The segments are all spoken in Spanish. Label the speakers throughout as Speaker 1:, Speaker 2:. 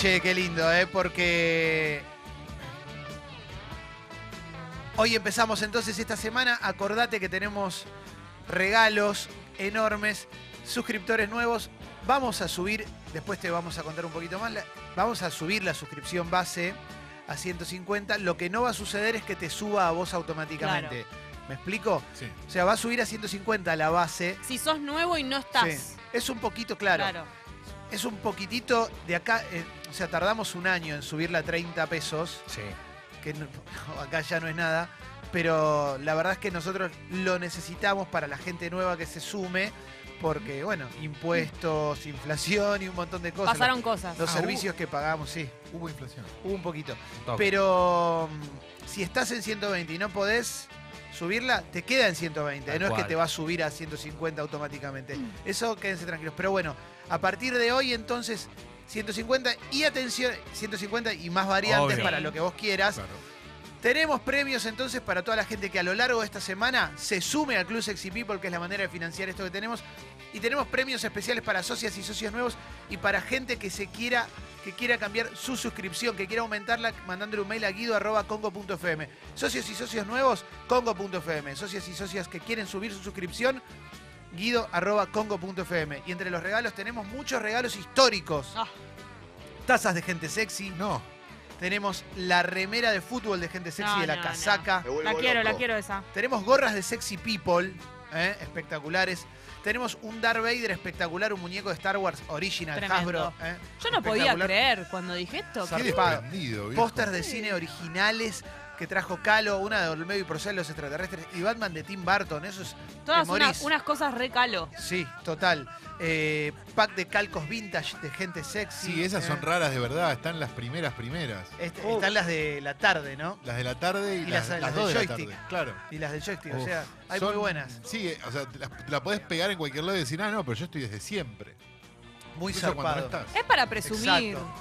Speaker 1: Che, qué lindo, ¿eh? Porque. Hoy empezamos entonces esta semana. Acordate que tenemos regalos enormes, suscriptores nuevos. Vamos a subir, después te vamos a contar un poquito más. la- Vamos a subir la suscripción base a 150. Lo que no va a suceder es que te suba a vos automáticamente. ¿Me explico?
Speaker 2: Sí.
Speaker 1: O sea, va a subir a 150 la base.
Speaker 3: Si sos nuevo y no estás.
Speaker 1: Sí. Es un poquito, claro. Es un poquitito de acá. eh, o sea, tardamos un año en subirla a 30 pesos.
Speaker 2: Sí.
Speaker 1: que no- acá ya no es nada, pero la verdad es que nosotros lo necesitamos para la gente nueva que se sume, porque, bueno, impuestos, inflación y un montón de cosas.
Speaker 3: Pasaron cosas.
Speaker 1: Los
Speaker 2: Ah,
Speaker 1: servicios que pagamos, sí,
Speaker 2: Hubo inflación.
Speaker 1: hubo un poquito.
Speaker 2: Toque.
Speaker 1: Pero mm, si estás en 120 y no podés subirla, te queda en 120.
Speaker 2: Tal
Speaker 1: no es
Speaker 2: cual.
Speaker 1: que te va a subir a 150 automáticamente. Eso quédense tranquilos. Pero bueno, a partir de hoy entonces 150 y atención, 150 y más variantes
Speaker 2: Obvio.
Speaker 1: para lo que vos quieras.
Speaker 2: Claro.
Speaker 1: Tenemos premios entonces para toda la gente que a lo largo de esta semana se sume al Club Sexy People, que es la manera de financiar esto que tenemos. Y tenemos premios especiales para socias y socios nuevos y para gente que se quiera, que quiera cambiar su suscripción, que quiera aumentarla, mandándole un mail a guido.congo.fm. Socios y socios nuevos, congo.fm. Socias y socias que quieren subir su suscripción, guido.congo.fm. Y entre los regalos tenemos muchos regalos históricos.
Speaker 3: Ah.
Speaker 1: Tazas de gente sexy.
Speaker 2: No.
Speaker 1: Tenemos la remera de fútbol de gente sexy
Speaker 3: No,
Speaker 1: de la
Speaker 3: no, no.
Speaker 1: casaca.
Speaker 4: Me vuelvo
Speaker 3: La quiero, la
Speaker 4: loco.
Speaker 3: quiero esa.
Speaker 1: Tenemos gorras de sexy people, ¿eh? espectaculares. Tenemos un Darth Vader espectacular, un muñeco de Star Wars original,
Speaker 3: Tremendo.
Speaker 1: Hasbro. ¿eh?
Speaker 3: Yo no podía
Speaker 1: Espectacular.
Speaker 3: creer cuando dije esto.
Speaker 1: Zar-
Speaker 2: Qué
Speaker 1: Zarpado.
Speaker 2: desprendido, viejo.
Speaker 1: Pósters de cine originales que trajo Calo, una de Olmedo y Porcel, los extraterrestres, y Batman de Tim Burton. Eso es,
Speaker 3: Todas
Speaker 1: te
Speaker 3: una-
Speaker 1: morís.
Speaker 3: unas cosas recalo.
Speaker 1: sí, total. Eh, pack de calcos vintage de gente sexy.
Speaker 2: Sí, esas
Speaker 1: ¿eh?
Speaker 2: son raras de verdad. Están las primeras primeras.
Speaker 1: Est- Están las de la tarde, ¿no?
Speaker 2: Las de la tarde y,
Speaker 1: Y las-
Speaker 2: las,
Speaker 1: las
Speaker 2: las
Speaker 1: de
Speaker 2: dos de, la
Speaker 1: joystick.
Speaker 2: tarde. Claro.
Speaker 1: Y las del joystick, o
Speaker 2: Uf.
Speaker 1: sea, hay
Speaker 2: Son-
Speaker 1: muy buenas.
Speaker 2: Sí, eh, o sea, te la, te la podés pegar en cualquier lado y decir, ah, no, pero yo estoy desde siempre.
Speaker 1: Muy
Speaker 2: Incluso cuando no
Speaker 1: zarpado.
Speaker 2: estás.
Speaker 3: Es para presumir.
Speaker 1: Exacto.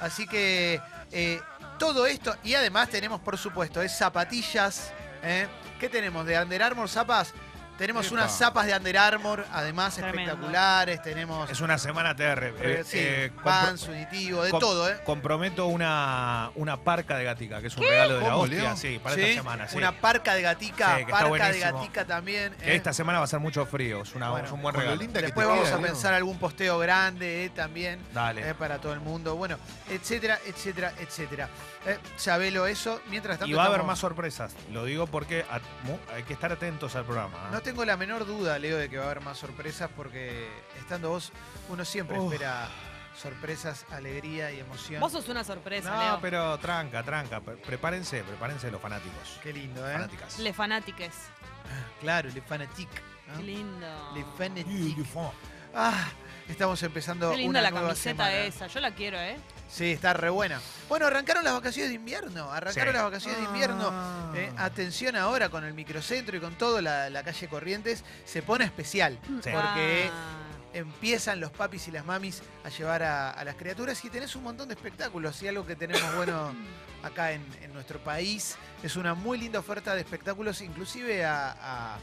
Speaker 1: Así que eh, todo esto, y además tenemos, por supuesto, es zapatillas. ¿eh? ¿Qué tenemos? ¿De Under Armour zapas? Tenemos
Speaker 2: Epa.
Speaker 1: unas zapas de Under Armour, además
Speaker 3: Tremendo.
Speaker 1: espectaculares. Tenemos
Speaker 5: Es una semana TR. Eh,
Speaker 1: sí,
Speaker 5: eh, compro-
Speaker 1: Vans, Unitivo, de
Speaker 5: com-
Speaker 1: todo, ¿eh?
Speaker 5: Comprometo una, una parca de gatica, que es un regalo de la
Speaker 2: ¿Cómo,
Speaker 5: hostia,
Speaker 2: Leo?
Speaker 5: sí, para
Speaker 1: Sí,
Speaker 5: esta semana. Sí.
Speaker 1: Una parca de gatica,
Speaker 5: Sí, que está
Speaker 1: parca de
Speaker 5: buenísimo.
Speaker 1: gatica también.
Speaker 5: Que
Speaker 1: ¿eh?
Speaker 5: esta semana va a ser mucho frío, es, una-
Speaker 1: Bueno,
Speaker 5: es un buen
Speaker 2: con lo
Speaker 5: regalo.
Speaker 2: linda que
Speaker 1: Después
Speaker 2: te
Speaker 1: vamos
Speaker 2: queda,
Speaker 1: a
Speaker 2: Leo.
Speaker 1: pensar algún posteo grande eh, también.
Speaker 5: Dale.
Speaker 1: eh, para todo el mundo. Bueno, etcétera, etcétera, etcétera. Eh, sabelo eso. Mientras tanto.
Speaker 5: y va a haber
Speaker 1: estamos-
Speaker 5: más sorpresas. Lo digo porque a- mu- hay que estar atentos al programa. ¿eh?
Speaker 1: No tengo la menor duda, Leo, de que va a haber más sorpresas porque estando vos, uno siempre
Speaker 5: Uf.
Speaker 1: espera sorpresas, alegría y emoción.
Speaker 3: Vos sos una sorpresa,
Speaker 5: No,
Speaker 3: Leo.
Speaker 5: pero tranca, tranca. Pre- Prepárense, prepárense los fanáticos.
Speaker 1: Qué lindo, ¿eh?
Speaker 5: Fanáticas.
Speaker 3: Le fanatiques.
Speaker 1: Claro, le fanatic. ¿no?
Speaker 3: Qué lindo.
Speaker 1: Ah. Le
Speaker 5: Y-
Speaker 1: fanatic.
Speaker 5: y fue.
Speaker 1: Ah, estamos empezando
Speaker 3: Qué linda
Speaker 1: una
Speaker 3: la
Speaker 1: nueva
Speaker 3: camiseta
Speaker 1: semana.
Speaker 3: esa. Yo la quiero, ¿eh?
Speaker 1: Sí, está re buena. Bueno, arrancaron las vacaciones de invierno. Arrancaron
Speaker 5: Sí.
Speaker 1: las vacaciones de invierno.
Speaker 5: Ah.
Speaker 1: Eh, atención ahora con el microcentro y con todo la, la calle Corrientes. Se pone especial.
Speaker 5: Sí.
Speaker 1: Porque-
Speaker 3: Ah.
Speaker 1: empiezan los papis y las mamis a llevar a, a las criaturas y tenés un montón de espectáculos y algo que tenemos bueno acá en, en nuestro país es una muy linda oferta de espectáculos inclusive a, a-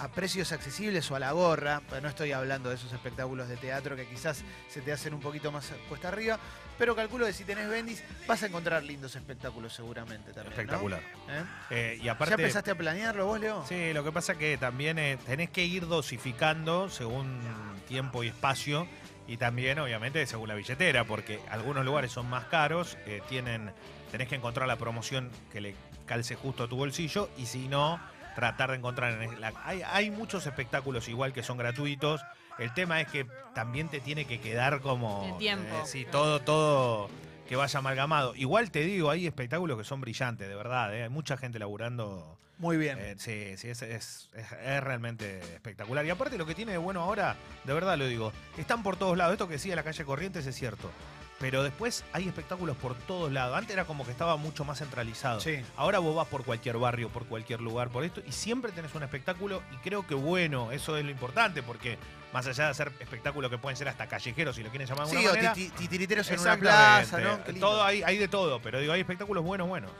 Speaker 1: a precios accesibles o a la gorra Pero no estoy hablando de esos espectáculos de teatro que quizás se te hacen un poquito más cuesta arriba pero calculo que si tenés Bendis vas a encontrar lindos espectáculos seguramente también ¿no?
Speaker 5: Espectacular.
Speaker 1: ¿Eh?
Speaker 5: Eh, y
Speaker 1: ¿Ya
Speaker 5: aparte.
Speaker 1: empezaste a planearlo vos Leo?
Speaker 5: Sí, lo que pasa es que también eh, tenés que ir dosificando según tiempo y espacio y también, obviamente, según la billetera, porque algunos lugares son más caros, eh, tienen, tenés que encontrar la promoción que le calce justo a tu bolsillo y si no, tratar de encontrar... en la- hay, hay muchos espectáculos igual que son gratuitos. El tema es que también te tiene que quedar como... eh,
Speaker 3: El tiempo.
Speaker 5: sí, todo, todo que vaya amalgamado. Igual te digo, hay espectáculos que son brillantes, de verdad. eh, Hay mucha gente laburando...
Speaker 1: Muy bien
Speaker 5: Eh, sí, sí, es, es- es- es realmente espectacular. Y aparte lo que tiene de bueno ahora, de verdad lo digo, están por todos lados. Esto que decía la calle Corrientes es cierto. Pero después hay espectáculos por todos lados. Antes era como que estaba mucho más centralizado.
Speaker 1: Sí.
Speaker 5: Ahora vos vas por cualquier barrio, por cualquier lugar, por esto, y siempre tenés un espectáculo, y creo que bueno, eso es lo importante, porque más allá de hacer espectáculos que pueden ser hasta callejeros, si lo quieren llamar de
Speaker 1: Sí,
Speaker 5: alguna
Speaker 1: o
Speaker 5: manera.
Speaker 1: titi- titiriteros en una
Speaker 5: Exactamente.
Speaker 1: plaza, ¿no? Qué lindo.
Speaker 5: Todo hay, hay de todo, pero digo, hay espectáculos buenos, buenos.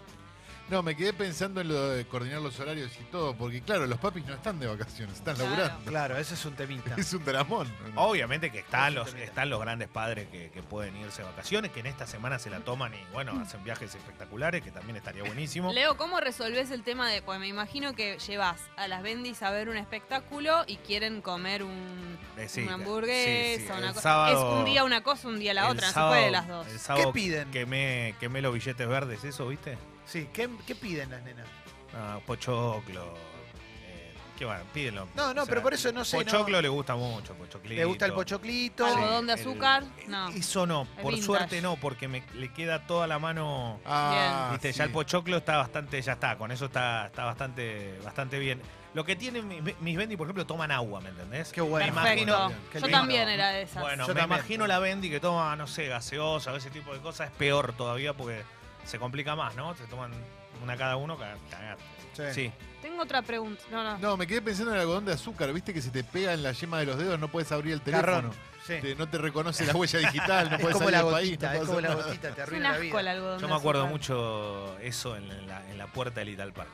Speaker 2: No, me quedé pensando en lo de coordinar los horarios y todo, porque claro, los papis no están de vacaciones, están
Speaker 3: Claro.
Speaker 2: laburando.
Speaker 1: Claro, Oh, ese es un temita.
Speaker 2: Es un dramón.
Speaker 5: Obviamente que están
Speaker 1: Eso
Speaker 5: los,
Speaker 1: también.
Speaker 5: están los grandes padres que, que pueden irse de vacaciones, que en esta semana se la toman y bueno, hacen viajes espectaculares, que también estaría buenísimo. Eh,
Speaker 3: Leo, ¿cómo resolvés el tema de.? Pues me imagino que llevas a las bendis a ver un espectáculo y quieren comer un,
Speaker 5: Eh, sí,
Speaker 3: una
Speaker 5: sí,
Speaker 3: hamburguesa,
Speaker 5: sí,
Speaker 3: una
Speaker 5: el
Speaker 3: cosa.
Speaker 5: sábado-
Speaker 3: es un día una cosa, un día la
Speaker 5: el
Speaker 3: otra,
Speaker 5: sábado-
Speaker 3: no se puede las dos.
Speaker 5: El
Speaker 1: ¿Qué
Speaker 5: sábado
Speaker 1: piden?
Speaker 5: quemé, quemé los billetes verdes, eso, ¿viste?
Speaker 1: Sí, ¿qué, qué piden las nenas?
Speaker 5: Ah, pochoclo. eh, ¿Qué van? Pídenlo.
Speaker 1: No, no,
Speaker 5: O sea,
Speaker 1: pero por eso no sé. no-
Speaker 5: Pochoclo le gusta mucho, pochoclito.
Speaker 1: Le gusta el pochoclito.
Speaker 5: Sí.
Speaker 3: ¿Algodón de
Speaker 5: el-
Speaker 3: azúcar? no.
Speaker 5: Eso no,
Speaker 3: El
Speaker 5: por
Speaker 3: vintage.
Speaker 5: suerte no, porque me le queda toda la mano.
Speaker 2: Ah,
Speaker 5: Viste,
Speaker 2: sí.
Speaker 5: ya el pochoclo está bastante, ya está, con eso está, está bastante, bastante bien. Lo que tienen mi- mi- mis Bendy, por ejemplo, toman agua, ¿me entendés?
Speaker 1: Qué bueno.
Speaker 5: Me imagino-
Speaker 3: Perfecto.
Speaker 1: Qué
Speaker 3: Yo
Speaker 1: lindo.
Speaker 3: también era de esas.
Speaker 5: Bueno,
Speaker 1: Yo
Speaker 5: me
Speaker 1: también.
Speaker 5: imagino la Bendy que toma, no sé, gaseosa o ese tipo de cosas, es peor todavía porque se complica más, ¿no? Se toman una cada uno, ca- cagaste.
Speaker 1: Sí.
Speaker 5: Sí.
Speaker 3: Tengo otra pregunta. No, no.
Speaker 2: No, me quedé pensando en el algodón de azúcar, viste que se te pega en la yema de los dedos, no puedes abrir el teléfono.
Speaker 1: Carrón. Sí.
Speaker 2: Te- Este, no te reconoce la huella digital, no
Speaker 1: es
Speaker 2: puedes
Speaker 1: como
Speaker 2: salir
Speaker 1: la
Speaker 2: del país.
Speaker 1: gotita,
Speaker 2: no
Speaker 1: es
Speaker 2: podés
Speaker 1: como la
Speaker 2: hacer nada.
Speaker 1: gotita, te
Speaker 3: es un
Speaker 1: arruina la
Speaker 3: asco el
Speaker 1: vida.
Speaker 3: algodón.
Speaker 5: Yo
Speaker 3: de
Speaker 5: me acuerdo
Speaker 3: azúcar.
Speaker 5: mucho eso en la, en la puerta del Ital Park.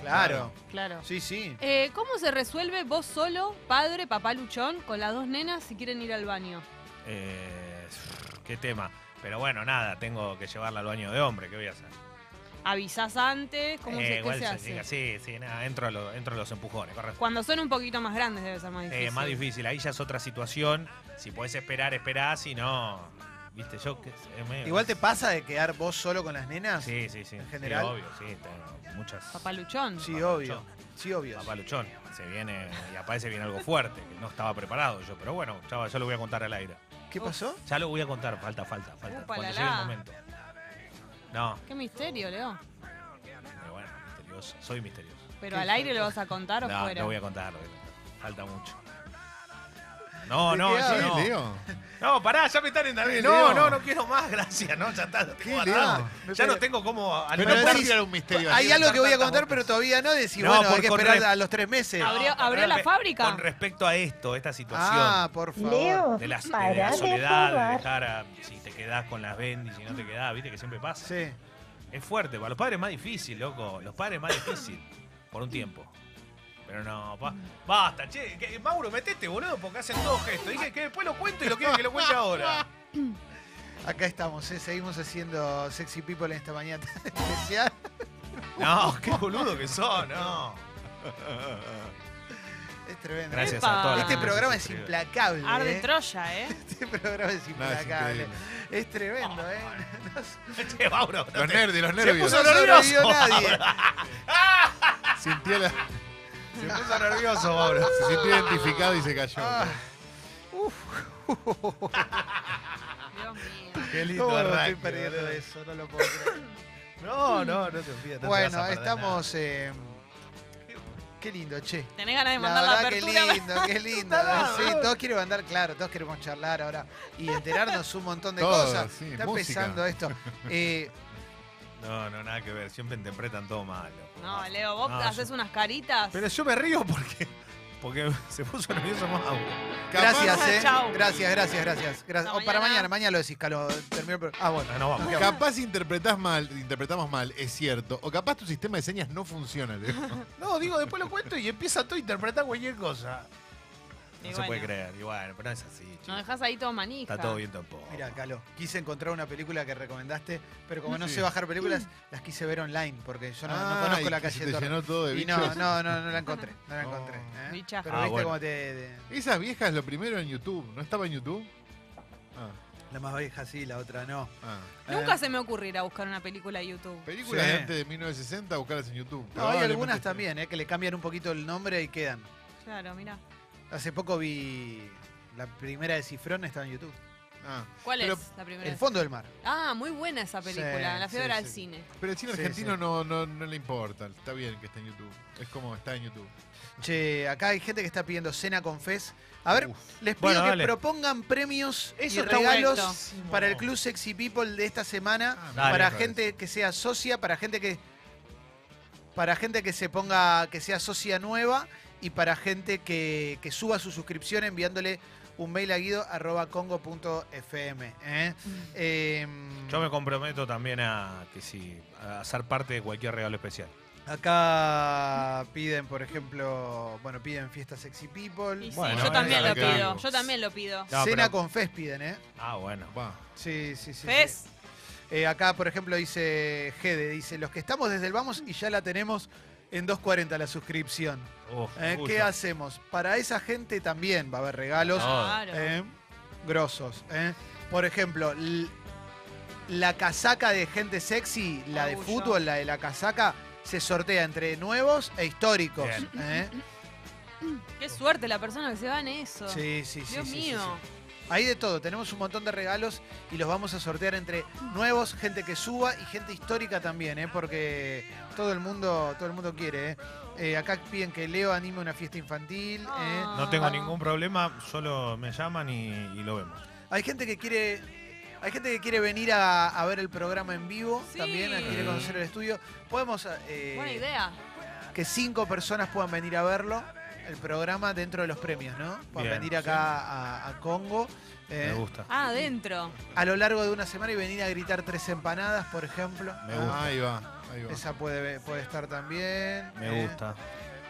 Speaker 1: Claro,
Speaker 3: Claro.
Speaker 1: sí, sí.
Speaker 3: Eh, ¿Cómo se resuelve vos solo, padre, papá luchón, con las dos nenas si quieren ir al baño?
Speaker 5: Eh, qué tema. Pero bueno, nada, tengo que llevarla al baño de hombre, ¿qué voy a hacer?
Speaker 3: ¿Avisás antes? ¿Cómo
Speaker 5: Eh,
Speaker 3: se, qué
Speaker 5: igual
Speaker 3: se
Speaker 5: se
Speaker 3: hace?
Speaker 5: llega, sí, sí, nada, entro a, lo- entro a los empujones, correcto.
Speaker 3: Cuando son un poquito más grandes debe ser más
Speaker 5: Eh,
Speaker 3: difícil.
Speaker 5: más difícil, ahí ya es otra situación. Si podés esperar, esperá, si no. Viste, yo que es medio-
Speaker 1: Igual te pasa de quedar vos solo con las nenas.
Speaker 5: Sí, sí, sí.
Speaker 1: en
Speaker 5: sí,
Speaker 1: general.
Speaker 5: obvio, sí, tengo muchas.
Speaker 3: Papá luchón.
Speaker 1: Sí,
Speaker 5: Papá
Speaker 1: obvio.
Speaker 5: Luchón.
Speaker 1: Sí, obvio.
Speaker 5: Papá Luchón. Se viene y aparece bien algo fuerte, que no estaba preparado yo, pero bueno, chaval, yo lo voy a contar al aire.
Speaker 1: ¿Qué pasó?
Speaker 5: Ya lo voy a contar, falta, falta, falta.
Speaker 3: Upa,
Speaker 5: cuando
Speaker 3: la,
Speaker 5: llegue el
Speaker 3: la.
Speaker 5: momento. No,
Speaker 3: Qué misterio, Leo.
Speaker 5: pero bueno, misterioso. Soy misterioso.
Speaker 3: ¿Pero
Speaker 1: Qué
Speaker 3: al aire
Speaker 1: falta.
Speaker 3: lo vas a contar o
Speaker 5: No,
Speaker 3: fuera?
Speaker 5: no voy a contar, lo voy a contar. Falta mucho. No,
Speaker 1: ¿De
Speaker 5: no,
Speaker 1: qué
Speaker 5: eso
Speaker 1: hablas?
Speaker 5: no.
Speaker 2: Sí, Leo.
Speaker 5: No, pará, ya me están
Speaker 2: ¿Qué,
Speaker 5: entendiendo.
Speaker 2: Leo?
Speaker 5: No, no, no quiero más, gracias. No, ya está.
Speaker 2: ¿Qué,
Speaker 5: tengo
Speaker 2: Leo?
Speaker 5: bastante.
Speaker 1: Me
Speaker 5: Ya no
Speaker 1: pe-
Speaker 5: tengo cómo
Speaker 2: Pero
Speaker 5: alimentar-
Speaker 2: no puedes tirar un misterio.
Speaker 1: Hay
Speaker 5: Tiene
Speaker 1: algo que voy a
Speaker 5: tantas
Speaker 1: contar,
Speaker 5: bocas.
Speaker 1: pero todavía no. Decir,
Speaker 5: No,
Speaker 1: bueno, hay
Speaker 5: por-
Speaker 1: que
Speaker 5: con
Speaker 1: esperar
Speaker 5: re-
Speaker 1: a los tres meses.
Speaker 5: No,
Speaker 3: Abrió-
Speaker 5: con
Speaker 3: abrió la
Speaker 5: respe-
Speaker 3: fábrica.
Speaker 5: Con respecto a esto, esta situación.
Speaker 1: Ah, por favor. eh,
Speaker 4: Leo,
Speaker 5: de la, de
Speaker 4: pará
Speaker 5: la
Speaker 4: de
Speaker 5: soledad, de
Speaker 4: jugar.
Speaker 5: dejar a- si te quedás con las bendis, si no te quedás, viste que siempre pasa.
Speaker 1: Sí.
Speaker 5: Es fuerte, para los padres es más difícil, loco. Los padres es más difícil. Por un tiempo. Pero no, pa- basta, che. que- Mauro, metete, boludo, porque hacen todo gestos. Dije que después lo cuento y lo quiero que lo cuente ahora.
Speaker 1: Acá estamos, ¿eh? seguimos haciendo Sexy People en esta mañana tan especial.
Speaker 5: No, qué boludo que son, no.
Speaker 1: Es tremendo.
Speaker 5: Gracias
Speaker 3: Epa.
Speaker 5: a todos.
Speaker 1: Este
Speaker 3: Ah.
Speaker 1: programa es implacable.
Speaker 3: Arde
Speaker 1: ¿eh?
Speaker 3: Troya, ¿eh?
Speaker 1: Este programa es
Speaker 2: Nada, es
Speaker 1: implacable.
Speaker 2: increíble.
Speaker 1: es tremendo, ¿eh?
Speaker 5: Che, Mauro, no
Speaker 2: Los
Speaker 5: te-
Speaker 2: nervios, los
Speaker 5: se
Speaker 2: nervios.
Speaker 5: puso
Speaker 1: No se
Speaker 5: nervioso.
Speaker 1: lo vio nadie.
Speaker 2: Sintió la-
Speaker 5: Se puso nervioso, Mauro.
Speaker 2: se sintió identificado y se cayó.
Speaker 1: Ah,
Speaker 3: Dios mío.
Speaker 5: Qué
Speaker 1: ¿Cómo me estoy
Speaker 5: arranque,
Speaker 1: perdiendo
Speaker 5: boludo.
Speaker 1: de eso? No lo puedo creer.
Speaker 5: No, no, no te olvides. no te vas
Speaker 1: Bueno,
Speaker 5: a perder
Speaker 1: estamos. eh, qué lindo, che.
Speaker 3: Tenés ganas de
Speaker 1: La
Speaker 3: mandar la,
Speaker 1: verdad, qué
Speaker 3: apertura.
Speaker 1: lindo, qué lindo. ¿eh? Sí, todos quieren mandar, claro, todos queremos charlar ahora y enterarnos un montón de
Speaker 2: Todos,
Speaker 1: cosas.
Speaker 2: sí,
Speaker 1: Está
Speaker 2: música.
Speaker 1: empezando esto. Eh,
Speaker 5: No, no, nada que ver. Siempre interpretan todo mal.
Speaker 3: No, Leo, vos
Speaker 5: No,
Speaker 3: haces
Speaker 5: yo-
Speaker 3: unas caritas.
Speaker 5: Pero yo me río porque, porque se puso nervioso Mauro.
Speaker 2: Capaz-
Speaker 1: gracias, eh.
Speaker 3: Chau.
Speaker 1: Gracias, gracias, gracias. gracias.
Speaker 3: Hasta
Speaker 1: O para
Speaker 3: mañana.
Speaker 1: mañana, mañana lo decís, Calo. Termino el pro- Ah, bueno.
Speaker 5: No, no vamos.
Speaker 1: Ok.
Speaker 2: Capaz interpretás mal, interpretamos mal, es cierto. O capaz tu sistema de señas no funciona, Leo.
Speaker 5: No, digo, después lo cuento y empieza todo a interpretar cualquier cosa.
Speaker 3: Y
Speaker 5: No se
Speaker 3: bueno,
Speaker 5: puede creer. Y bueno, pero no es así, chicos.
Speaker 3: Nos dejás ahí todo manija.
Speaker 5: Está todo bien tampoco.
Speaker 1: Mira, Calo, quise encontrar una película que recomendaste, pero como no
Speaker 2: Sí.
Speaker 1: sé bajar películas, las quise ver online porque yo no, no
Speaker 2: Ah,
Speaker 1: conozco
Speaker 2: y
Speaker 1: la
Speaker 2: que se
Speaker 1: calle
Speaker 2: te
Speaker 1: Torre.
Speaker 2: llenó todo de
Speaker 1: Y
Speaker 2: bichos. Oh.
Speaker 1: no, no, no, no la encontré, no la
Speaker 2: No.
Speaker 1: encontré. ¿eh?
Speaker 3: Bichaja.
Speaker 1: Pero
Speaker 5: Ah,
Speaker 1: viste
Speaker 5: bueno.
Speaker 1: cómo te, te-
Speaker 2: Esas viejas lo primero en YouTube. ¿No estaba en YouTube? Ah,
Speaker 1: La más vieja sí, la otra no.
Speaker 2: ah.
Speaker 3: Nunca
Speaker 1: Eh,
Speaker 3: se me ocurrirá buscar una película de YouTube.
Speaker 2: Películas
Speaker 1: Sí.
Speaker 2: de antes de 1960, buscarlas en YouTube.
Speaker 1: No, hay
Speaker 2: Probablemente
Speaker 1: algunas
Speaker 2: esté.
Speaker 1: también, eh, que le cambian un poquito el nombre y quedan.
Speaker 3: Claro, mira.
Speaker 1: Hace poco vi la primera de Cifrón, estaba en YouTube.
Speaker 2: Ah,
Speaker 3: ¿Cuál
Speaker 2: Pero
Speaker 3: es la primera?
Speaker 1: El fondo del mar.
Speaker 3: Ah, muy buena esa película.
Speaker 1: Sí,
Speaker 3: la fui a
Speaker 1: sí,
Speaker 3: ver al
Speaker 1: sí.
Speaker 3: cine.
Speaker 2: Pero el cine
Speaker 1: Sí,
Speaker 2: argentino
Speaker 1: sí.
Speaker 2: No, no, no le importa. Está bien que esté en YouTube. Es como está en YouTube.
Speaker 1: Che, acá hay gente que está pidiendo cena con Fez. A ver,
Speaker 2: Uf.
Speaker 1: les pido
Speaker 5: Bueno,
Speaker 1: que
Speaker 5: dale.
Speaker 1: propongan premios y
Speaker 5: Eso está
Speaker 1: regalos
Speaker 5: buenísimo.
Speaker 1: para el Club Sexy People de esta semana.
Speaker 2: Ah,
Speaker 5: Dale,
Speaker 1: para
Speaker 2: me
Speaker 1: gente que sea socia, para gente que. Para gente que se ponga. que sea socia nueva y para gente que, que suba su suscripción enviándole un mail a guido arroba congo.fm. ¿eh?
Speaker 3: Mm.
Speaker 1: Em,
Speaker 5: Yo me comprometo también a que sí, a ser parte de cualquier regalo especial.
Speaker 1: Acá piden, por ejemplo, bueno, piden fiestas sexy people.
Speaker 3: Y sí,
Speaker 5: Bueno,
Speaker 3: yo
Speaker 5: eh,
Speaker 3: también
Speaker 2: la
Speaker 3: lo
Speaker 2: que-
Speaker 3: pido, yo también lo pido.
Speaker 5: No,
Speaker 1: Cena
Speaker 5: pero-
Speaker 1: con Fes piden, ¿eh?
Speaker 5: Ah, bueno.
Speaker 2: Va.
Speaker 1: Sí, sí, sí.
Speaker 3: ¿Ves?
Speaker 1: sí. Eh, acá, por ejemplo, dice Gede, dice, los que estamos desde el Vamos y ya la tenemos en 2.40 la suscripción.
Speaker 5: Uf,
Speaker 1: ¿Eh?
Speaker 5: uy,
Speaker 1: ¿Qué
Speaker 5: yo-
Speaker 1: hacemos? Para esa gente también va a haber regalos
Speaker 5: No.
Speaker 3: Claro.
Speaker 1: ¿eh? grosos. ¿eh? Por ejemplo, l- la casaca de gente sexy, la de
Speaker 3: Orgullo.
Speaker 1: fútbol, la de la casaca, se sortea entre nuevos e históricos.
Speaker 5: Bien.
Speaker 1: ¿eh?
Speaker 3: Qué suerte la persona que se va en eso.
Speaker 1: Sí, sí, sí.
Speaker 3: Dios
Speaker 1: sí, sí,
Speaker 3: mío.
Speaker 1: sí. Hay de todo, tenemos un montón de regalos y los vamos a sortear entre nuevos, gente que suba y gente histórica también, ¿eh? porque todo el mundo, todo el mundo quiere. ¿eh? Eh, acá piden que Leo anime una fiesta infantil. ¿eh?
Speaker 3: Ah.
Speaker 5: No tengo ningún problema, solo me llaman y, y lo vemos.
Speaker 1: Hay gente que quiere. Hay gente que quiere venir a, a ver el programa en vivo
Speaker 3: Sí.
Speaker 1: también, quiere conocer el estudio. Podemos eh,
Speaker 3: Buena idea.
Speaker 1: que cinco personas puedan venir a verlo, el programa dentro de los premios, ¿no? Puedan
Speaker 5: Bien,
Speaker 1: venir acá a, a Congo. eh,
Speaker 5: Me gusta.
Speaker 3: Ah, adentro.
Speaker 1: a lo largo de una semana y venir a gritar tres empanadas, por ejemplo.
Speaker 5: Me
Speaker 1: Ah,
Speaker 5: gusta.
Speaker 2: Ahí va, ahí va.
Speaker 1: Esa puede, puede estar también.
Speaker 5: Me
Speaker 1: eh.
Speaker 5: gusta.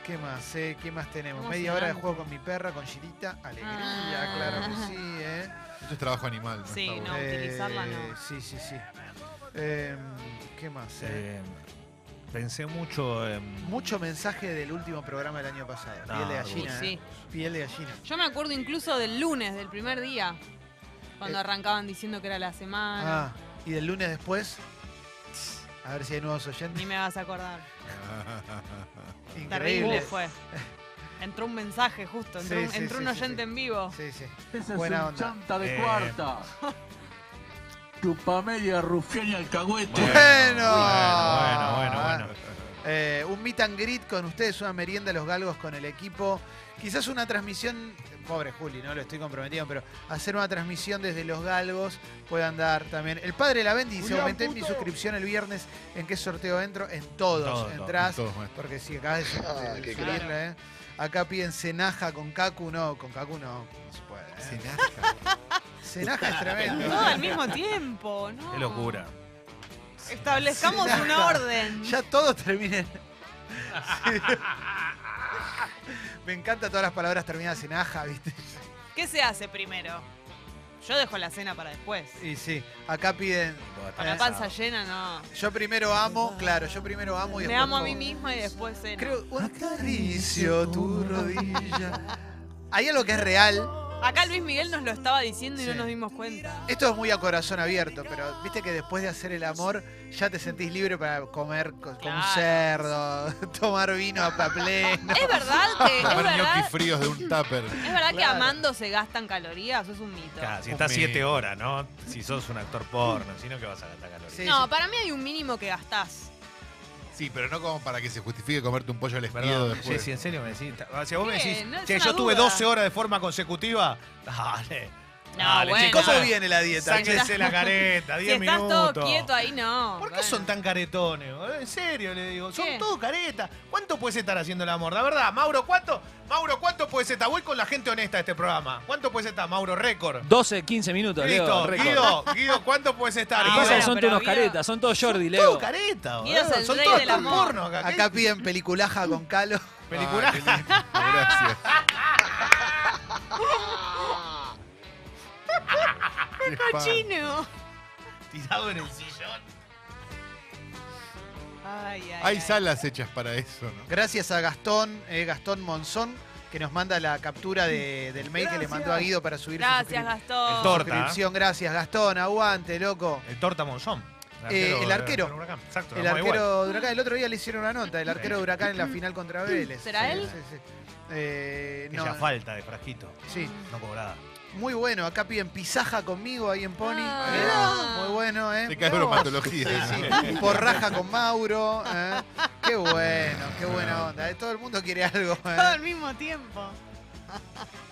Speaker 1: ¿Qué más? eh? ¿Qué más tenemos?
Speaker 3: Emocionante.
Speaker 1: Media hora de juego con mi perra, con Girita. Alegría,
Speaker 3: Ah.
Speaker 1: claro que sí, ¿eh?
Speaker 2: Esto es trabajo animal.
Speaker 3: Sí,
Speaker 2: está
Speaker 3: no.
Speaker 2: bueno.
Speaker 3: utilizarla no.
Speaker 1: Sí, sí, sí. Eh, ¿Qué más? eh?
Speaker 5: Eh, pensé mucho en.
Speaker 1: Mucho mensaje del último programa del año pasado.
Speaker 5: No,
Speaker 1: piel de
Speaker 5: algo
Speaker 1: gallina.
Speaker 3: Sí.
Speaker 1: eh. Piel de gallina.
Speaker 3: Yo me acuerdo incluso del lunes, del primer día, cuando
Speaker 1: Eh.
Speaker 3: arrancaban diciendo que era la semana.
Speaker 1: Ah, y del lunes después. A ver si hay nuevos
Speaker 3: Ni
Speaker 1: oyentes.
Speaker 3: me vas a acordar.
Speaker 1: Increíble.
Speaker 3: Terrible fue. Entró un mensaje justo, entró,
Speaker 1: Sí,
Speaker 3: un-
Speaker 1: sí,
Speaker 3: entró
Speaker 1: sí,
Speaker 3: un
Speaker 1: sí,
Speaker 3: oyente
Speaker 1: sí.
Speaker 3: en vivo.
Speaker 1: Sí, sí.
Speaker 4: Ese
Speaker 1: Buena
Speaker 4: es un
Speaker 1: onda.
Speaker 4: chanta de
Speaker 5: Eh.
Speaker 4: cuarta. Chupamedia, rufián y alcahuete.
Speaker 5: Bueno,
Speaker 1: Bueno.
Speaker 5: bueno, bueno, bueno, bueno.
Speaker 1: Eh, un meet and greet con ustedes, una merienda a los galgos con el equipo. Quizás una transmisión, pobre Juli, no lo estoy comprometiendo, pero hacer una transmisión desde los galgos puede andar también. El padre de la Bendy dice, aumenté mi suscripción el viernes. ¿En qué sorteo entro? En todos.
Speaker 5: En todo,
Speaker 1: Entrás,
Speaker 2: Todos maestros.
Speaker 1: porque si acabas de de- de suscribirla, ¿eh? Acá piden cenaja con Kaku, no, con Kaku no, no se puede. ¿eh? Cenaja es tremendo.
Speaker 3: Todo al mismo tiempo, ¿no?
Speaker 5: Qué locura.
Speaker 3: Establezcamos
Speaker 1: Sí,
Speaker 3: una
Speaker 1: nada.
Speaker 3: orden.
Speaker 1: Ya todo termina en- Sí. Me encanta todas las palabras terminadas en aja, ¿viste?
Speaker 3: ¿Qué se hace primero? Yo dejo la cena para después.
Speaker 1: Y sí, acá piden.
Speaker 3: Con la
Speaker 1: Eh.
Speaker 3: panza llena, no.
Speaker 1: Yo primero amo, claro, yo primero amo y
Speaker 3: Me
Speaker 1: después
Speaker 3: amo a
Speaker 1: como.
Speaker 3: mí misma y después cena.
Speaker 1: Creo un acaricio tu rodilla. Hay algo que es real.
Speaker 3: Acá Luis Miguel nos lo estaba diciendo y no
Speaker 1: Sí.
Speaker 3: nos dimos cuenta.
Speaker 1: Esto es muy a corazón abierto, pero viste que después de hacer el amor ya te sentís libre para comer co- como un
Speaker 3: Claro.
Speaker 1: cerdo, tomar vino a pa' pleno.
Speaker 3: Es verdad que, es
Speaker 2: Comer ñoquis
Speaker 3: verdad,
Speaker 2: fríos de un tupper.
Speaker 3: es verdad que
Speaker 1: Claro.
Speaker 3: amando se gastan calorías, eso es un mito.
Speaker 5: Claro, si estás
Speaker 2: Me-
Speaker 5: siete horas, ¿no? Si sos un actor porno, si no, que vas a gastar calorías.
Speaker 1: Sí.
Speaker 3: No, para mí hay un mínimo que gastás.
Speaker 2: Sí, pero no como para que se justifique comerte un pollo al espiedo
Speaker 5: Perdón,
Speaker 2: después. Ah,
Speaker 5: Jessy, en serio me decís. ta- Si vos me
Speaker 3: ¿Qué?
Speaker 5: decís,
Speaker 3: No es
Speaker 5: che,
Speaker 3: una
Speaker 5: yo tuve
Speaker 3: duda.
Speaker 5: 12 horas de forma consecutiva, dale.
Speaker 3: No,
Speaker 5: dale,
Speaker 3: bueno.
Speaker 5: chicos,
Speaker 1: ¿Cómo viene la dieta?
Speaker 5: sáquense la careta, 10
Speaker 3: Si estás
Speaker 5: minutos.
Speaker 3: todo quieto ahí, no.
Speaker 5: ¿Por qué
Speaker 3: bueno.
Speaker 5: son tan caretones? boludo? En serio, le digo. Son
Speaker 3: ¿Qué?
Speaker 5: todos caretas. ¿Cuánto puedes estar haciendo el amor? La verdad, Mauro, ¿cuánto? Mauro, ¿cuánto puedes estar? Voy con la gente honesta de este programa. ¿Cuánto puedes estar, Mauro? Récord.
Speaker 6: 12, 15 minutos, Leo.
Speaker 5: Listo,
Speaker 6: récord.
Speaker 5: Guido, Guido, ¿cuánto puedes estar?
Speaker 6: Lo que
Speaker 3: Ah,
Speaker 5: Guido?
Speaker 6: pasa
Speaker 3: bueno,
Speaker 6: es que son
Speaker 3: pero
Speaker 6: todos unos
Speaker 3: Guido-
Speaker 6: caretas, son todos Jordi,
Speaker 5: Todo
Speaker 6: Leo.
Speaker 5: careta,
Speaker 3: Guido
Speaker 5: boludo.
Speaker 3: es el
Speaker 5: Son
Speaker 3: rey
Speaker 5: todos
Speaker 3: del
Speaker 5: tan
Speaker 3: amor.
Speaker 5: porno acá. ¿Qué
Speaker 1: Acá piden peliculaja con calo.
Speaker 5: Película.
Speaker 2: Ah, qué lindo, Gracias. Qué spam.
Speaker 3: Cochino.
Speaker 5: Tirado en el sillón.
Speaker 3: Ay, ay,
Speaker 2: Hay
Speaker 3: ay.
Speaker 2: salas hechas para eso, ¿no?
Speaker 1: Gracias a Gastón, eh, Gastón Monzón, que nos manda la captura de- del mail que le mandó a Guido para subir
Speaker 3: Gracias,
Speaker 1: su, suscrip-
Speaker 5: El
Speaker 3: Gastón.
Speaker 5: toro.
Speaker 1: suscripción. Gracias, Gastón. Aguante, loco.
Speaker 5: El torta Monzón.
Speaker 1: Eh, el
Speaker 5: de-
Speaker 1: arquero.
Speaker 5: del Huracán. Exacto,
Speaker 1: El
Speaker 5: nos va igual.
Speaker 1: arquero de Huracán, el otro día le hicieron una nota, el arquero de Huracán en la final contra Vélez.
Speaker 3: Mm. ¿Será
Speaker 1: Sí,
Speaker 3: él?
Speaker 1: sí, sí. Eh,
Speaker 5: Ella
Speaker 1: no,
Speaker 5: falta de frasquito,
Speaker 1: sí,
Speaker 5: no cobrada.
Speaker 1: muy bueno. Acá piden pisaja conmigo ahí en Pony.
Speaker 3: Ah.
Speaker 1: Mirá, Muy bueno, ¿eh?
Speaker 2: Te cae bromatología.
Speaker 1: Sí, sí. Porraja con Mauro. ¿eh? Qué bueno, qué buena onda. eh. Todo el mundo quiere algo. ¿eh?
Speaker 3: Todo al mismo tiempo.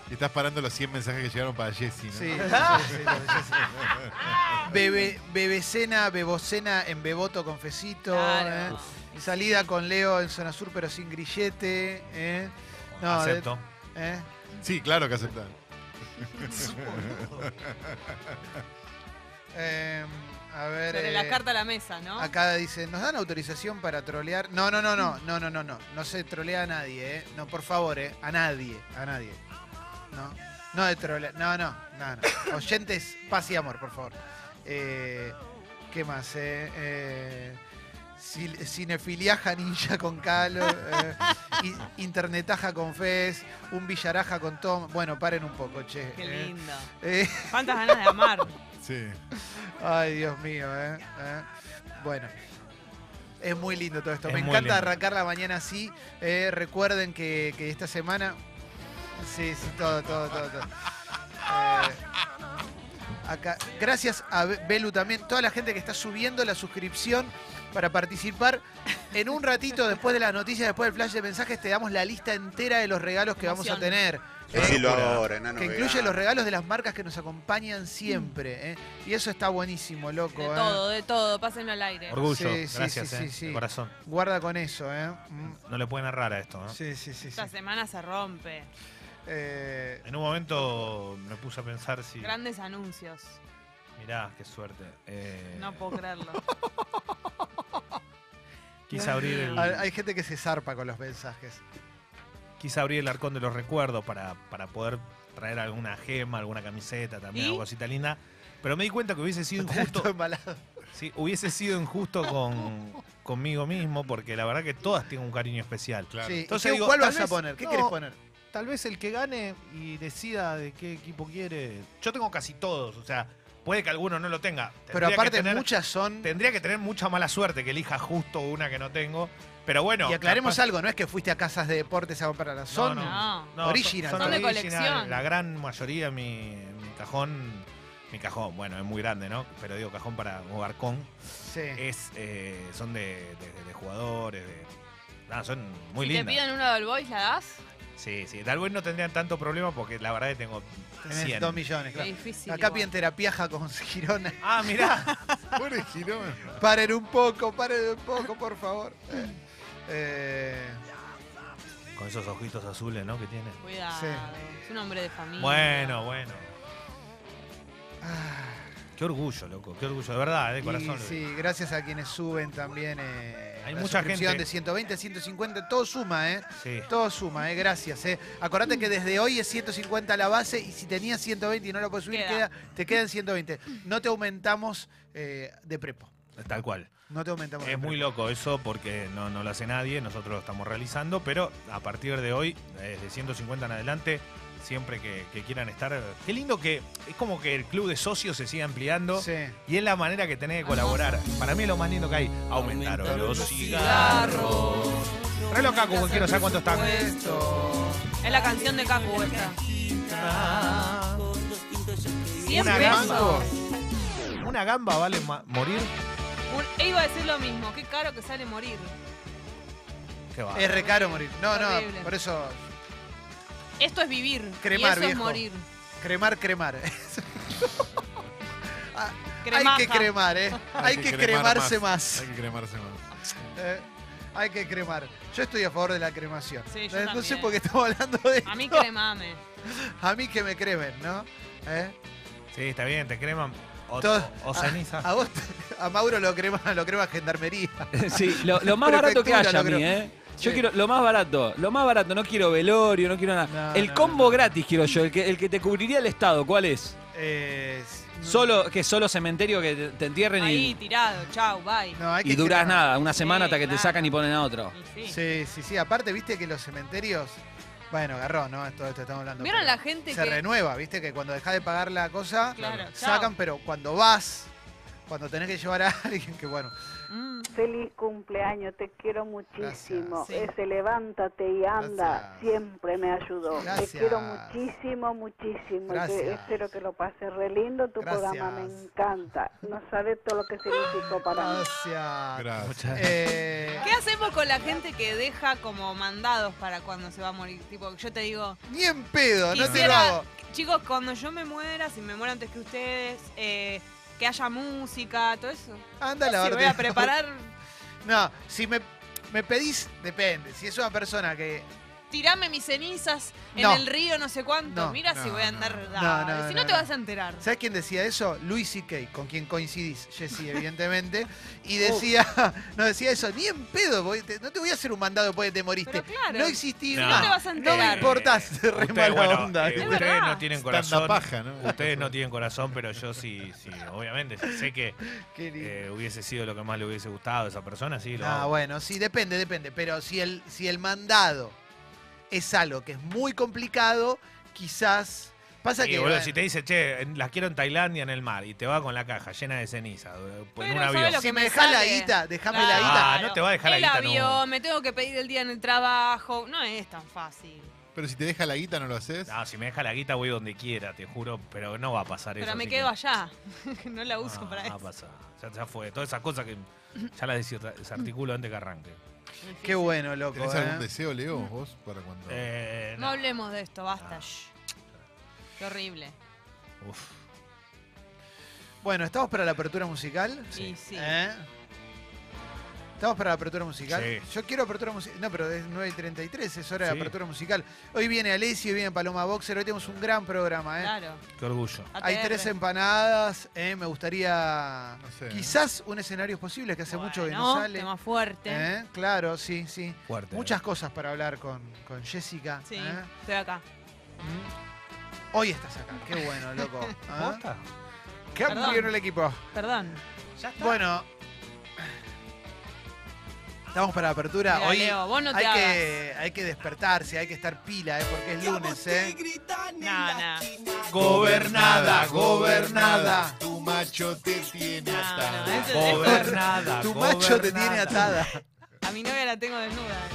Speaker 2: Y estás parando los 100 mensajes que llegaron para Jessy, ¿no?
Speaker 1: Sí, sí,
Speaker 3: Ah.
Speaker 1: sí, sí, sí, sí. Bebe, bebecena, bebocena en Beboto con Fecito.
Speaker 3: Claro.
Speaker 1: ¿eh? Salida con Leo en Zona Sur, pero sin grillete. ¿eh? No,
Speaker 5: Acepto.
Speaker 1: ¿eh?
Speaker 2: Sí, claro que aceptan.
Speaker 1: Em, a ver.
Speaker 3: Sobre
Speaker 1: eh,
Speaker 3: la carta a la mesa, ¿no?
Speaker 1: Acá dice, ¿nos dan autorización para trolear? No, no, no, no, no, no, no, no. No se trolea a nadie, ¿eh? No, por favor, ¿eh? A nadie, a nadie. No, no de trolear. No, no, no, no. Oyentes, paz y amor, por favor. Eh, ¿Qué más? eh? Eh, cil- cinefiliaja ninja con Calo. eh, i- internetaja con Fez. Un villaraja con Tom. Bueno, paren un poco, che.
Speaker 3: Qué
Speaker 1: eh.
Speaker 3: lindo.
Speaker 1: Eh,
Speaker 3: ¿Cuántas ganas de amar?
Speaker 2: Sí.
Speaker 1: Ay, Dios mío, ¿eh? ¿eh? Bueno. Es muy lindo todo esto.
Speaker 5: Es
Speaker 1: Me
Speaker 5: muy
Speaker 1: encanta
Speaker 5: lindo.
Speaker 1: arrancar la mañana así. eh, recuerden que, que esta semana... Sí, sí, todo, todo, todo. todo. Eh, acá. Gracias a Be- Belu también, toda la gente que está subiendo la suscripción para participar. En un ratito, después de las noticias, después del flash de mensajes, te damos la lista entera de los regalos que vamos a
Speaker 3: Emoción.
Speaker 1: tener.
Speaker 7: Yo
Speaker 1: ¿eh?
Speaker 7: sí lo hago
Speaker 5: Locura.
Speaker 7: ahora, enano.
Speaker 1: que incluye los regalos de las marcas que nos acompañan siempre. ¿eh? Y eso está buenísimo, loco.
Speaker 3: De
Speaker 1: ¿eh?
Speaker 3: todo, de todo. Pásenlo al aire.
Speaker 5: Orgullo,
Speaker 1: Sí, sí,
Speaker 5: gracias,
Speaker 1: sí, sí,
Speaker 5: eh,
Speaker 1: sí.
Speaker 5: de corazón.
Speaker 1: Guarda con eso, ¿eh? Mm.
Speaker 5: No le pueden errar a esto. ¿no?
Speaker 1: Sí, sí, sí. sí.
Speaker 3: Esta semana se rompe.
Speaker 1: Eh,
Speaker 5: En un momento me puse a pensar si.
Speaker 3: Grandes anuncios.
Speaker 5: Mirá, qué suerte. eh,
Speaker 3: No puedo creerlo.
Speaker 5: quise, abrir el,
Speaker 1: hay, hay gente que se zarpa con los mensajes.
Speaker 5: quise abrir el arcón de los recuerdos para, para poder traer alguna gema, alguna camiseta también,
Speaker 3: ¿Y?
Speaker 5: alguna cosita linda. Pero me di cuenta que hubiese sido injusto.
Speaker 1: Todo embalado.
Speaker 5: Sí, hubiese sido injusto con, conmigo mismo, porque la verdad que todas tienen un cariño especial.
Speaker 2: Claro.
Speaker 1: Sí.
Speaker 5: Entonces
Speaker 1: ¿Y qué-
Speaker 5: digo,
Speaker 1: ¿Cuál
Speaker 5: tal
Speaker 1: vas a
Speaker 5: vez-
Speaker 1: poner? ¿Qué
Speaker 5: no.
Speaker 1: querés poner?
Speaker 5: Tal vez el que gane y decida de qué equipo quiere. Yo tengo casi todos, o sea, puede que alguno no lo tenga.
Speaker 1: Pero
Speaker 5: Tendría que
Speaker 1: aparte,
Speaker 5: tener-
Speaker 1: muchas son.
Speaker 5: Tendría que tener mucha mala suerte que elija justo una que no tengo. Pero bueno.
Speaker 1: y aclaremos
Speaker 5: capaz-
Speaker 1: algo, no es que fuiste a casas de deportes a comprarla. Son.
Speaker 5: No,
Speaker 3: No.
Speaker 5: no, son-
Speaker 1: original.
Speaker 5: son
Speaker 3: Son de
Speaker 5: original.
Speaker 3: colección.
Speaker 5: La gran mayoría, mi, mi cajón. Mi cajón, bueno, es muy grande, ¿no? Pero digo cajón para jugar con.
Speaker 1: Sí.
Speaker 5: Es, eh, son de, de- de jugadores, de. nada, son muy
Speaker 3: Si te
Speaker 5: lindas.
Speaker 3: piden una del Boys, ¿la das?
Speaker 5: Sí, sí. Tal vez no tendrían tanto problema porque la verdad que tengo
Speaker 1: Tenés
Speaker 5: 100.
Speaker 1: dos millones,
Speaker 3: Qué
Speaker 1: claro.
Speaker 3: difícil.
Speaker 1: Acá
Speaker 3: igual.
Speaker 1: piden terapia con Girona.
Speaker 5: Ah, mirá.
Speaker 2: Pobre Girón.
Speaker 1: Paren un poco, paren un poco, por favor. Eh, eh,
Speaker 5: Con esos ojitos azules, ¿no? Que tiene.
Speaker 3: Cuidado.
Speaker 1: Sí.
Speaker 3: Es un hombre de familia.
Speaker 5: Bueno, bueno.
Speaker 1: ah.
Speaker 5: Qué orgullo, loco. Qué orgullo. De verdad, de
Speaker 1: Y
Speaker 5: corazón. lo digo.
Speaker 1: sí, gracias a quienes suben también. eh,
Speaker 5: Hay
Speaker 1: la
Speaker 5: mucha
Speaker 1: suscripción
Speaker 5: gente.
Speaker 1: de 120, 150, todo suma, ¿eh?
Speaker 5: Sí.
Speaker 1: Todo suma, ¿eh? Gracias, ¿eh? Acordate que desde hoy es 150 la base y si tenías 120 y no la puedes subir,
Speaker 3: Queda.
Speaker 1: queda- te quedan 120. No te aumentamos eh, de prepo.
Speaker 5: Tal cual.
Speaker 1: No te aumentamos. de
Speaker 5: Es muy
Speaker 1: prepo.
Speaker 5: loco eso porque no, no lo hace nadie, nosotros lo estamos realizando, pero a partir de hoy, desde 150 en adelante, siempre que, que quieran estar. Qué lindo que es como que el club de socios se siga ampliando
Speaker 1: Sí.
Speaker 5: y es la manera que tenés de colaborar. Para mí es lo más lindo que hay. Aumentaron, los cigarros. Reloj Cacu, que quiero saber cuánto están.
Speaker 3: Es la canción de Cacu esta. Cien
Speaker 5: Una
Speaker 3: pesos.
Speaker 5: Una gamba vale ma- morir.
Speaker 3: Un- e iba a decir lo mismo. Qué caro que sale morir.
Speaker 5: Qué va.
Speaker 1: Es re caro morir. No, no,
Speaker 3: Horrible.
Speaker 1: por eso,
Speaker 3: Esto es vivir.
Speaker 1: Cremar,
Speaker 3: y eso es
Speaker 1: viejo.
Speaker 3: morir.
Speaker 1: cremar, cremar. Ah,
Speaker 3: Cremaja.
Speaker 1: Hay que cremar, ¿eh? Hay, que,
Speaker 2: cremar
Speaker 1: cremarse más.
Speaker 2: Hay que cremarse más.
Speaker 1: Eh, hay que cremar. Yo estoy a favor de la cremación.
Speaker 3: Sí, yo
Speaker 1: Eh, no, sé
Speaker 3: también.
Speaker 1: por qué estamos hablando de
Speaker 3: A mí
Speaker 1: esto.
Speaker 3: cremame.
Speaker 1: A mí que me cremen, ¿no? ¿Eh?
Speaker 5: Sí, está bien, te creman. O,
Speaker 1: Todo- Ah,
Speaker 5: o- o
Speaker 1: a-
Speaker 5: ceniza.
Speaker 1: A vos, a Mauro lo crema, lo crema gendarmería.
Speaker 6: Sí, lo, lo más barato que
Speaker 1: Prefectura,
Speaker 6: haya a
Speaker 1: lo
Speaker 6: mí,
Speaker 1: creo.
Speaker 6: ¿eh?
Speaker 1: Sí.
Speaker 6: Yo quiero lo más barato, lo más barato, no quiero velorio, no quiero nada.
Speaker 1: No,
Speaker 6: el
Speaker 1: no,
Speaker 6: combo
Speaker 1: no.
Speaker 6: gratis quiero yo, el que, el que te cubriría el Estado, ¿cuál es?
Speaker 1: Eh, s-
Speaker 6: Solo, que solo cementerio que te, te entierren
Speaker 3: Ahí,
Speaker 6: y,
Speaker 3: tirado. Chau, bye.
Speaker 1: no, hay
Speaker 6: y
Speaker 1: que
Speaker 6: durás
Speaker 1: cremar.
Speaker 6: nada, una semana hasta que te
Speaker 3: claro.
Speaker 6: sacan y ponen a otro.
Speaker 3: Y sí.
Speaker 1: Sí, sí, sí. Aparte, viste que los cementerios. Bueno, agarró, ¿no? Todo esto estamos hablando.
Speaker 3: ¿Vieron
Speaker 1: pero
Speaker 3: la gente
Speaker 1: Se
Speaker 3: que-
Speaker 1: renueva, viste que cuando dejás de pagar la cosa,
Speaker 3: Claro, chao.
Speaker 1: sacan, pero cuando vas, cuando tenés que llevar a alguien, que bueno.
Speaker 3: Mm.
Speaker 8: Feliz cumpleaños, te quiero
Speaker 1: Gracias.
Speaker 8: muchísimo.
Speaker 3: Sí.
Speaker 8: Ese levántate y anda
Speaker 1: Gracias.
Speaker 8: siempre me ayudó.
Speaker 1: Gracias.
Speaker 8: Te quiero muchísimo, muchísimo. Y que
Speaker 1: Gracias.
Speaker 8: espero que lo pases re lindo. Tu
Speaker 1: Gracias.
Speaker 8: programa me encanta. No sabes todo lo que significó para
Speaker 1: Ah,
Speaker 8: mí.
Speaker 5: Ah,
Speaker 1: Gracias.
Speaker 2: Gracias.
Speaker 5: Muchas-
Speaker 1: Eh,
Speaker 3: ¿Qué hacemos con la gente que deja como mandados para cuando se va a morir? Tipo, yo te digo,
Speaker 1: ni en pedo, no te lo
Speaker 3: Quisiera-
Speaker 1: hago.
Speaker 3: chicos, cuando yo me muera, si me muero antes que ustedes, eh, que haya música, todo eso.
Speaker 1: Anda a
Speaker 3: Si
Speaker 1: lavarte
Speaker 3: voy a
Speaker 1: la boca.
Speaker 3: preparar
Speaker 1: No, si me, me pedís, depende. Si es una persona que
Speaker 3: tirame mis cenizas en
Speaker 1: No.
Speaker 3: el río, no sé cuánto.
Speaker 1: No,
Speaker 3: Mira
Speaker 2: no,
Speaker 3: si voy a
Speaker 2: no,
Speaker 3: andar.
Speaker 1: no.
Speaker 3: dale,
Speaker 1: No, no,
Speaker 3: si
Speaker 1: no,
Speaker 3: no, te
Speaker 1: no.
Speaker 3: vas a enterar.
Speaker 1: ¿Sabes quién decía eso? Luis C.K., con quien coincidís, Jessy, evidentemente.
Speaker 3: Oh.
Speaker 1: Y decía, no decía eso, ni en pedo, voy- te- no te voy a hacer un mandado porque te moriste.
Speaker 3: Pero claro.
Speaker 1: No existís
Speaker 3: No
Speaker 1: más.
Speaker 3: te vas a
Speaker 1: No me
Speaker 3: enterar.
Speaker 1: importás, re
Speaker 5: Ustedes,
Speaker 1: mala
Speaker 5: Eh, bueno,
Speaker 1: onda.
Speaker 5: eh,
Speaker 3: Es
Speaker 5: ustedes
Speaker 3: verdad.
Speaker 5: no tienen
Speaker 2: Tanta
Speaker 5: corazón.
Speaker 2: paja, ¿no?
Speaker 5: Ustedes no tienen corazón, pero yo sí, sí, obviamente, sí sé que
Speaker 1: Qué lindo.
Speaker 5: eh, hubiese sido lo que más le hubiese gustado a esa persona, sí, lo
Speaker 1: Ah,
Speaker 5: hago.
Speaker 1: bueno, sí, depende, depende. Pero si el, si el mandado es algo que es muy complicado, quizás. Pasa
Speaker 5: Y,
Speaker 1: que.
Speaker 5: boludo,
Speaker 1: bueno,
Speaker 5: si te dice, che, en- las quiero en Tailandia, en el mar, y te va con la caja llena de ceniza, eh, en
Speaker 3: Pero
Speaker 5: un
Speaker 3: ¿sabe
Speaker 5: avión.
Speaker 3: lo que
Speaker 1: si me
Speaker 3: me
Speaker 1: dejás la
Speaker 3: sale.
Speaker 1: guita, dejame la
Speaker 3: Claro.
Speaker 1: guita.
Speaker 5: Ah, no te va a dejar la
Speaker 3: el
Speaker 5: guita, no.
Speaker 3: avión, me tengo que pedir el día en el trabajo. No es tan fácil.
Speaker 2: Pero si te deja la guita, ¿no lo haces?
Speaker 5: No, si me deja la guita voy donde quiera, te juro, pero no va a pasar eso.
Speaker 3: Pero me
Speaker 5: así
Speaker 3: quedo
Speaker 5: que-
Speaker 3: allá. no la uso
Speaker 1: Ah,
Speaker 5: No,
Speaker 3: para
Speaker 5: no
Speaker 3: eso.
Speaker 5: va a pasar. Ah, Ya, ya fue. Todas esas cosas que ya las desir- desarticulo antes que arranque.
Speaker 1: Qué bueno, loco.
Speaker 2: ¿Tenés
Speaker 1: ¿eh?
Speaker 2: algún deseo, Leo, vos, para cuando...?
Speaker 5: Eh,
Speaker 3: No hablemos de esto, basta.
Speaker 1: Ah.
Speaker 5: No.
Speaker 3: shh. Qué horrible.
Speaker 1: Eh,
Speaker 5: Uf.
Speaker 1: Bueno, ¿estamos para la apertura musical?
Speaker 5: Sí.
Speaker 3: Y sí.
Speaker 1: ¿Eh? ¿Estamos para la apertura musical?
Speaker 5: Sí.
Speaker 1: Yo quiero apertura musical. No, pero es 9 y 33, es hora de
Speaker 5: Sí.
Speaker 1: apertura musical. Hoy viene Alessi, hoy viene Paloma Boxer, hoy tenemos un gran programa. ¿eh?
Speaker 3: Claro.
Speaker 5: Qué orgullo.
Speaker 1: Hay
Speaker 3: ATR.
Speaker 1: tres em-, empanadas, ¿eh? me gustaría.
Speaker 2: No sé, ¿eh?
Speaker 1: Quizás un escenario es posible, que hace mucho que no
Speaker 3: Bueno,
Speaker 1: sale.
Speaker 3: Tema fuerte.
Speaker 1: ¿Eh? Claro, sí, sí.
Speaker 5: Fuerte.
Speaker 1: Muchas cosas para hablar con, con Jessica.
Speaker 3: Sí,
Speaker 1: ¿eh?
Speaker 3: estoy acá.
Speaker 1: Mm. Hoy estás acá, qué bueno, loco.
Speaker 5: ¿eh?
Speaker 1: ¿eh?
Speaker 5: ¿Posta?
Speaker 1: Campeón el equipo.
Speaker 3: Perdón.
Speaker 5: Ya está.
Speaker 1: Bueno, estamos para la apertura.
Speaker 3: Mira,
Speaker 1: Hoy
Speaker 3: Leo, vos no te
Speaker 1: hay,
Speaker 3: hagas.
Speaker 1: que, hay que despertarse, hay que estar pila, ¿eh? porque es lunes. ¿eh?
Speaker 3: No, no.
Speaker 5: Gobernada,
Speaker 1: gobernada.
Speaker 2: Tu macho te tiene
Speaker 3: No,
Speaker 2: atada.
Speaker 3: no, eso-
Speaker 5: Gobernada.
Speaker 1: tu macho te
Speaker 5: gobernada.
Speaker 1: tiene atada.
Speaker 3: A mi novia la tengo desnuda.